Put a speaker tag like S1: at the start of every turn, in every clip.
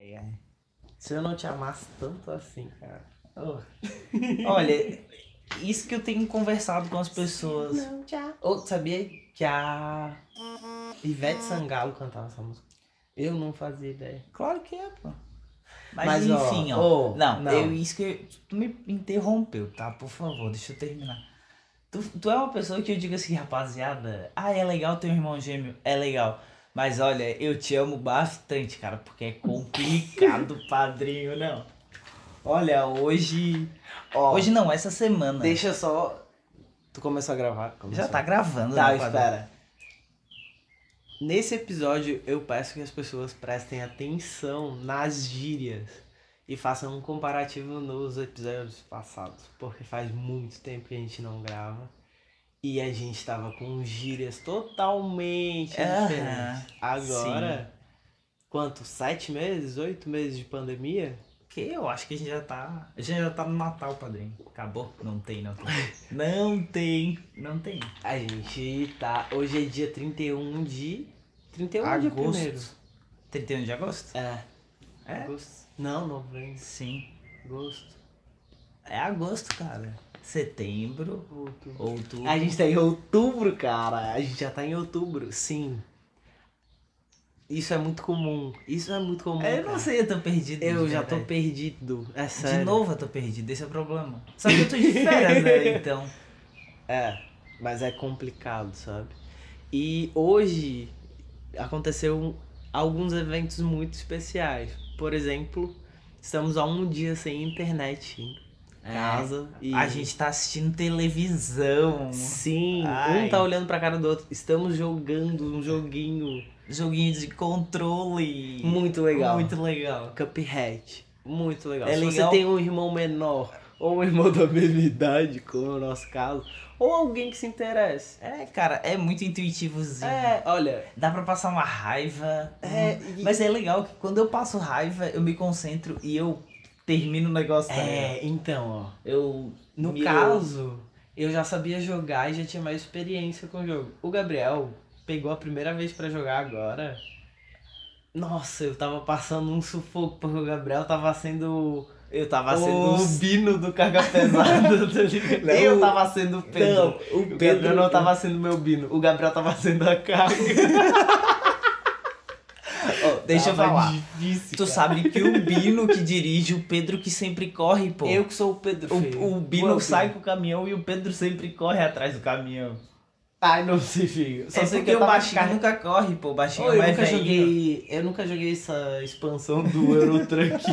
S1: É.
S2: Se eu não te amasse tanto assim, cara. Oh.
S1: Olha, isso que eu tenho conversado com as pessoas.
S2: Não te am- Ô, sabia que a Ivete Sangalo cantava essa música? Eu não fazia ideia.
S1: Claro que é, pô. Mas,
S2: Mas, ó,
S1: enfim, ó.
S2: ô,
S1: não,
S2: não.
S1: eu isso que. eu- Tu me interrompeu, tá? Por favor, deixa eu terminar. Tu, tu é uma pessoa que eu digo assim, rapaziada, ah, é legal ter um irmão gêmeo, é legal. Mas olha, eu te amo bastante, cara, porque é complicado, padrinho, não. Olha, hoje.
S2: Ó,
S1: Hoje não, essa semana.
S2: deixa eu só. Tu começou a gravar? Começou.
S1: Já tá gravando,
S2: Tá,
S1: né, padrinho?
S2: espera. Nesse episódio, eu peço que as pessoas prestem atenção nas gírias e façam um comparativo nos episódios passados, porque faz muito tempo que a gente não grava e a gente tava com gírias totalmente
S1: Aham,
S2: diferentes. Agora, quanto? Sete meses? Oito meses de pandemia?
S1: Que eu acho que a gente já tá. A gente já tá no Natal, padrinho. Acabou? Não tem, não tem. não tem, não tem.
S2: A gente tá. Hoje é dia 31 de. 31 de primeiro.
S1: agosto. 31 de agosto?
S2: É.
S1: É?
S2: Agosto. Não, novembro.
S1: Sim.
S2: Agosto.
S1: É agosto, cara. Setembro,
S2: Outubro.
S1: outubro.
S2: A gente tá em outubro, cara. A gente já tá em outubro, sim. Isso é muito comum. Isso é muito comum.
S1: É, eu não
S2: cara.
S1: sei, eu tô perdido.
S2: Eu
S1: de
S2: já tô
S1: verdade.
S2: perdido. É sério.
S1: De novo eu tô perdido, esse é o problema. Só que eu tô de férias, né? Então.
S2: É, mas é complicado, sabe? E hoje aconteceu alguns eventos muito especiais. Por exemplo, estamos há um dia sem internet em casa. e
S1: é, A gente tá assistindo televisão.
S2: Sim,
S1: Ai.
S2: um tá olhando pra cara do outro. Estamos jogando um joguinho
S1: Joguinho de controle.
S2: muito legal.
S1: Muito legal.
S2: Cuphead. Muito legal.
S1: É
S2: Se
S1: legal.
S2: você tem um irmão menor ou um irmão da mesma idade, como é o nosso caso, ou alguém que se interesse.
S1: É, cara, é muito intuitivozinho.
S2: É, olha.
S1: Dá pra passar uma raiva.
S2: É, e-
S1: Mas é legal que quando eu passo raiva, eu me concentro e eu termino o negócio. tá ligado?
S2: É, então, ó.
S1: Eu.
S2: No
S1: me-
S2: caso, eu já sabia jogar e já tinha mais experiência com o jogo. O Gabriel pegou a primeira vez pra jogar agora. Nossa, eu tava passando um sufoco, porque o Gabriel tava sendo.
S1: Eu tava
S2: o
S1: sendo.
S2: Bino do Carga Pesada, tá ligado?
S1: Não,
S2: eu
S1: o-
S2: tava sendo o Pedro.
S1: Não, o
S2: o
S1: Pedro-
S2: Gabriel não tava sendo meu Bino. O Gabriel tava sendo a carga.
S1: Ó, deixa eu
S2: Tava
S1: falar.
S2: Difícil,
S1: Tu
S2: cara.
S1: sabe que o Bino que dirige, o Pedro que sempre corre, pô.
S2: Eu que sou o Pedro. feio.
S1: O, o Bino
S2: Pô,
S1: sai com o caminhão e o Pedro sempre corre atrás do caminhão.
S2: Ai, não sei, filho.
S1: Só é porque o
S2: eu tava
S1: baixinho
S2: car-
S1: nunca corre, pô. O
S2: Ô,
S1: baixinho
S2: eu
S1: é mais
S2: nunca
S1: velhinho.
S2: joguei. Eu nunca joguei essa expansão do Eurotruck.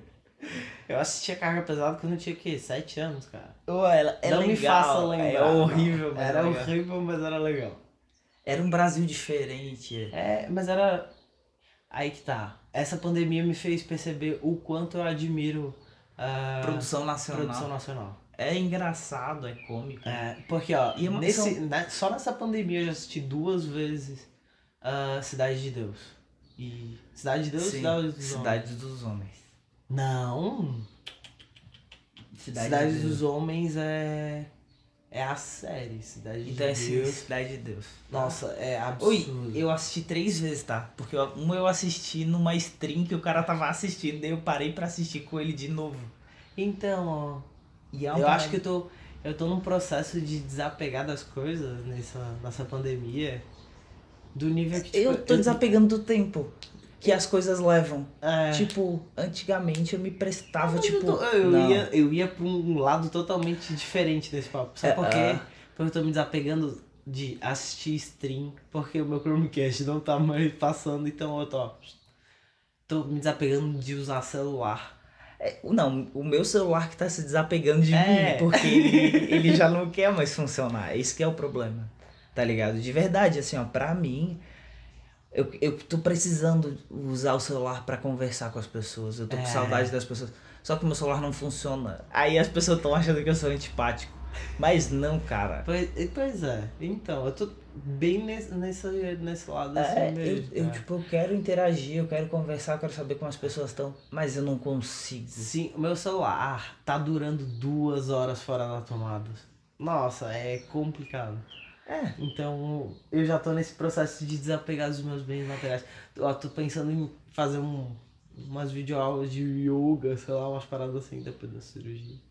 S2: eu assistia carga pesada quando eu tinha o quê? 7 anos, cara.
S1: Ô, ela, é
S2: não me
S1: legal,
S2: faça lembrar.
S1: É horrível, mas
S2: Era
S1: é legal.
S2: horrível, mas era legal.
S1: Era um Brasil diferente.
S2: É, mas era. Aí que tá. Essa pandemia me fez perceber o quanto eu admiro a
S1: Produção nacional.
S2: Ah, produção nacional.
S1: É engraçado, é cômico.
S2: É, porque, ó,
S1: E é uma-
S2: nesse,
S1: são-
S2: na- só nessa pandemia eu já assisti duas vezes a Cidade de Deus. E. Cidade de Deus
S1: Sim,
S2: Cidade dos Homens?
S1: Cidade dos Homens.
S2: Não. Cidade,
S1: de Deus.
S2: dos Homens é. É a série. Cidade
S1: Então é
S2: de
S1: sim,
S2: Deus.
S1: Cidade de Deus.
S2: Nossa, é
S1: Oi,
S2: absurdo.
S1: eu assisti três vezes, tá? Porque eu- uma eu assisti numa stream que o cara tava assistindo, daí eu parei pra assistir com ele de novo.
S2: Então, ó.
S1: E é
S2: Eu acho que eu tô. Eu tô num processo de desapegar das coisas nessa, nessa pandemia. Do nível que. tipo,
S1: Eu tô desapegando do tempo que as coisas levam.
S2: É.
S1: Tipo, antigamente eu me prestava,
S2: Mas
S1: tipo.
S2: eu, tô- eu
S1: não.
S2: ia, eu ia pra um lado totalmente diferente desse papo. Sabe
S1: É,
S2: por quê?
S1: ah.
S2: Porque eu tô me desapegando de assistir stream, porque o meu Chromecast não tá mais passando, então eu tô. Tô me desapegando de usar celular.
S1: É, Não, o meu celular que tá se desapegando de
S2: É.
S1: mim, porque ele, ele já não quer mais funcionar. Esse que é o problema. Tá ligado? De verdade, assim, ó, pra mim, eu, eu tô precisando usar o celular pra conversar com as pessoas. Eu tô com
S2: É.
S1: saudade das pessoas. Só que meu celular não funciona. Aí as pessoas estão achando que eu sou antipático. Mas não, cara.
S2: Pois, e- pois é, então, eu tô bem nesse, nesse, nesse lado assim
S1: É, eu,
S2: mesmo.
S1: eu,
S2: né?
S1: tipo, eu quero interagir, eu quero conversar, eu quero saber como as pessoas estão, mas eu não consigo.
S2: Sim, o meu celular tá durando duas horas fora da tomada. Nossa, é complicado.
S1: É.
S2: Então, eu já tô nesse processo de desapegar dos meus bens materiais. Ó, tô pensando em fazer um, umas videoaulas de yoga, sei lá, umas paradas assim depois da cirurgia.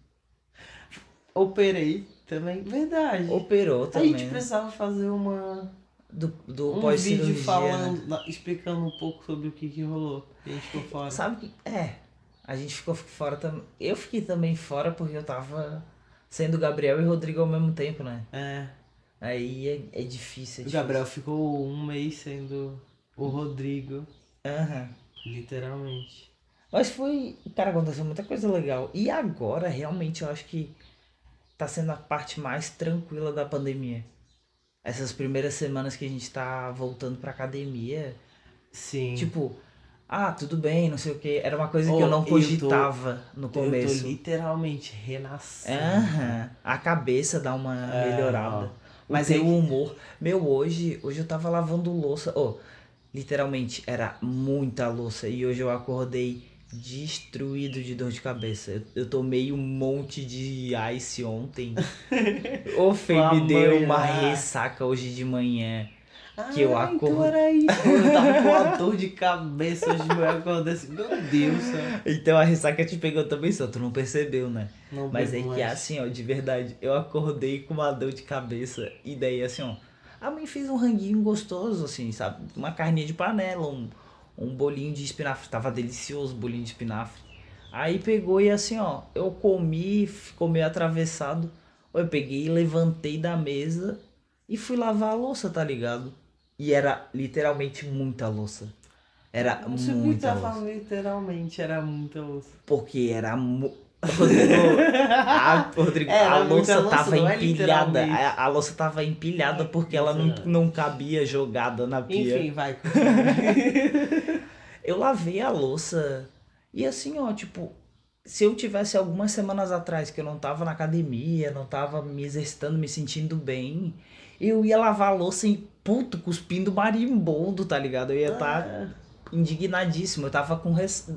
S2: Operei também, verdade.
S1: Operou
S2: a
S1: também.
S2: gente
S1: né?
S2: precisava fazer uma
S1: Do, do
S2: um vídeo
S1: pós-cirurgia. né?
S2: falando, na- explicando um pouco sobre o que, que rolou. E a gente ficou fora.
S1: Sabe que. É. A gente ficou fora também. Eu fiquei também fora porque eu tava sendo Gabriel e Rodrigo ao mesmo tempo, né?
S2: É,
S1: Aí é, é difícil. É
S2: o
S1: difícil.
S2: Gabriel ficou um mês sendo o Rodrigo,
S1: Aham.
S2: literalmente.
S1: Mas foi. Cara, aconteceu muita coisa legal. E agora, realmente, eu acho que tá sendo a parte mais tranquila da pandemia. Essas primeiras semanas que a gente tá voltando pra academia.
S2: Sim.
S1: Tipo, ah, tudo bem, não sei o quê. Era uma coisa
S2: Oh,
S1: que eu não
S2: eu tô-
S1: cogitava no
S2: Eu
S1: começo. É?
S2: tô literalmente renascendo.
S1: Aham. A cabeça dá uma
S2: É,
S1: melhorada.
S2: Mas
S1: Mas
S2: é
S1: aí
S2: que-
S1: o humor. Meu, hoje, hoje eu tava lavando louça. Oh, literalmente, era muita louça. E hoje eu acordei destruído de dor de cabeça. Eu, eu tomei um monte de ice ontem. Ofei, me deu uma
S2: Amanhã.
S1: ressaca hoje de manhã.
S2: Ah,
S1: que eu
S2: Então
S1: acordo-
S2: era isso. Eu tava com uma dor de cabeça hoje de manhã acordei assim. Meu Deus, do céu.
S1: Então a ressaca te pegou também, só tu não percebeu, né?
S2: Não
S1: Mas é
S2: bebo
S1: que
S2: mais.
S1: assim, ó, de verdade, eu acordei com uma dor de cabeça e daí assim, ó, a mãe fez um ranguinho gostoso, assim, sabe? Uma carninha de panela, um, um bolinho de espinafre, tava delicioso o bolinho de espinafre. Aí pegou e assim, ó, eu comi, ficou meio atravessado. Eu peguei, levantei da mesa e fui lavar a louça, tá ligado? E era literalmente muita louça. Era
S2: Não sei o que
S1: muita
S2: tá
S1: louça.
S2: falando, literalmente, era muita louça.
S1: Porque era. Mu... Rodrigo, a, Ah, Rodrigo,
S2: Era
S1: a
S2: muita
S1: louça
S2: louça,
S1: tava
S2: não é
S1: empilhada.
S2: literalmente.
S1: a, a louça tava empilhada porque ela não,
S2: literalmente.
S1: não cabia jogada na pia.
S2: Enfim, vai. continua.
S1: Eu lavei a louça e assim, ó, tipo, se eu tivesse algumas semanas atrás que eu não tava na academia, não tava me exercitando, me sentindo bem, eu ia lavar a louça e puto, cuspindo marimbondo, tá ligado? Eu ia
S2: Ah,
S1: estar indignadíssimo. Eu tava com res...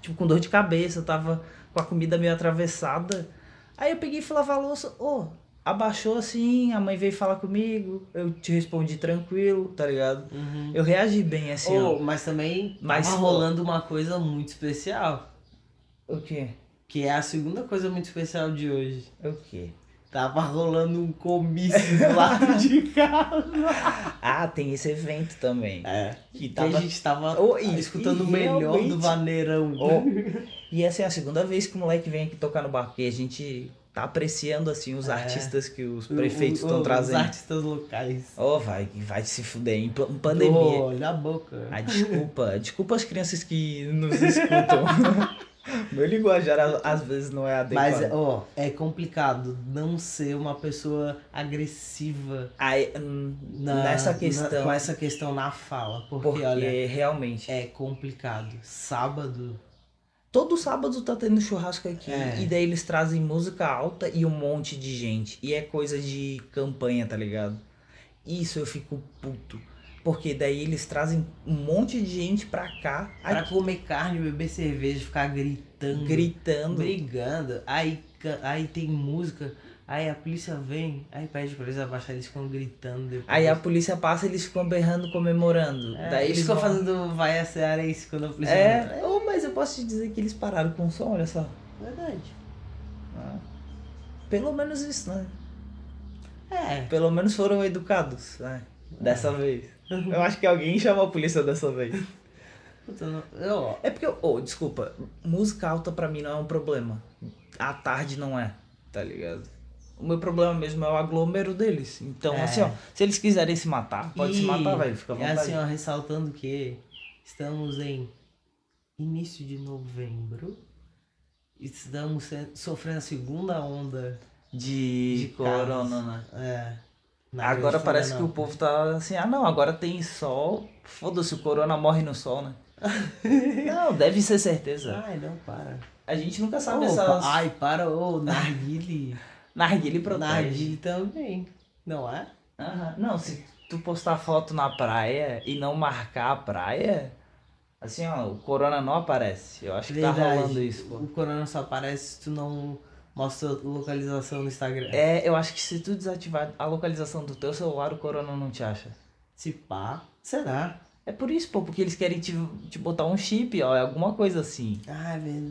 S1: tipo com dor de cabeça, eu tava com a comida meio atravessada. Aí eu peguei e fui lavar a louça, ô, abaixou assim, a mãe veio falar comigo, eu te respondi tranquilo, tá ligado?
S2: Uhum.
S1: Eu reagi bem assim,
S2: Oh, mas também
S1: Mas,
S2: tava
S1: pô.
S2: rolando uma coisa muito especial.
S1: ó. O quê?
S2: Que é a segunda coisa muito especial de hoje.
S1: O quê?
S2: Tava rolando um comício do lado de casa.
S1: Ah, tem esse evento também.
S2: É.
S1: Que
S2: E
S1: tava
S2: a gente tava
S1: Oh, e-
S2: escutando o
S1: e
S2: melhor
S1: realmente-
S2: do vaneirão.
S1: Ó, e essa é a segunda vez que o moleque vem aqui tocar no bar, porque a gente tá apreciando assim os
S2: É.
S1: artistas que os
S2: O-
S1: prefeitos
S2: o-
S1: estão
S2: os
S1: trazendo.
S2: artistas locais.
S1: Ó, vai, vai se fuder em pla- pandemia.
S2: Oh, olha a boca.
S1: A desculpa, desculpa as crianças que nos escutam. Meu linguajar a- às vezes não é adequado.
S2: Mas, ó, é complicado não ser uma pessoa agressiva
S1: Aí, hum,
S2: na-
S1: nessa
S2: na-
S1: questão,
S2: com essa questão na fala. Porque,
S1: porque
S2: olha,
S1: realmente,
S2: é complicado. Sábado.
S1: todo sábado tá tendo churrasco aqui
S2: É.
S1: e daí eles trazem música alta e um monte de gente e é coisa de campanha, tá ligado? Isso eu fico puto. Porque daí eles trazem um monte de gente pra cá,
S2: Pra
S1: aí
S2: comer carne, beber cerveja, ficar gritando.
S1: gritando.
S2: brigando, aí, ca- aí tem música, aí a polícia vem, aí pede pra eles abaixar, eles ficam gritando depois.
S1: Aí a polícia passa eles ficam berrando, comemorando.
S2: É,
S1: daí
S2: eles
S1: eles
S2: ficam
S1: vão-
S2: fazendo vai a cearense quando a polícia vem.
S1: É, oh, mas eu posso te dizer que eles pararam com o som, olha só.
S2: É verdade.
S1: Ah, Pelo menos isso, né?
S2: É.
S1: Pelo menos foram educados, né? Dessa vez. Eu acho que alguém chamou a polícia dessa vez.
S2: Puta, não, eu, ó,
S1: É porque, oh, desculpa, música alta pra mim não é um problema. À tarde não é, tá ligado? O meu problema mesmo é o aglomero deles. Então,
S2: É.
S1: assim, ó, se eles quiserem se matar, pode se
S2: e-
S1: matar, velho. Fica à
S2: É
S1: vontade.
S2: assim, ó, ressaltando que estamos em início de novembro. Estamos se- sofrendo a segunda onda.
S1: de,
S2: de
S1: corona, né?
S2: É, na
S1: Agora
S2: Grande
S1: parece que o
S2: Florianópolis.
S1: povo tá assim, ah não, agora tem sol. Foda-se, o corona morre no sol, né? não, deve ser certeza.
S2: Ai, não, para.
S1: A gente nunca sabe
S2: Ô,
S1: essas.
S2: pa- Ai, para, ô, narguile.
S1: Narguile protege.
S2: narguile também, não é?
S1: Aham. Não, se tu postar foto na praia e não marcar a praia, assim, ó, o corona não aparece. Eu acho que tá
S2: Verdade.
S1: rolando isso, pô.
S2: O corona só aparece se tu não mostra a localização no Instagram.
S1: É, eu acho que se tu desativar a localização do teu celular, o corona não te acha.
S2: Se pá, será?
S1: É por isso, pô, porque eles querem te, te botar um chip, ó, alguma coisa assim.
S2: Ah, é verdade.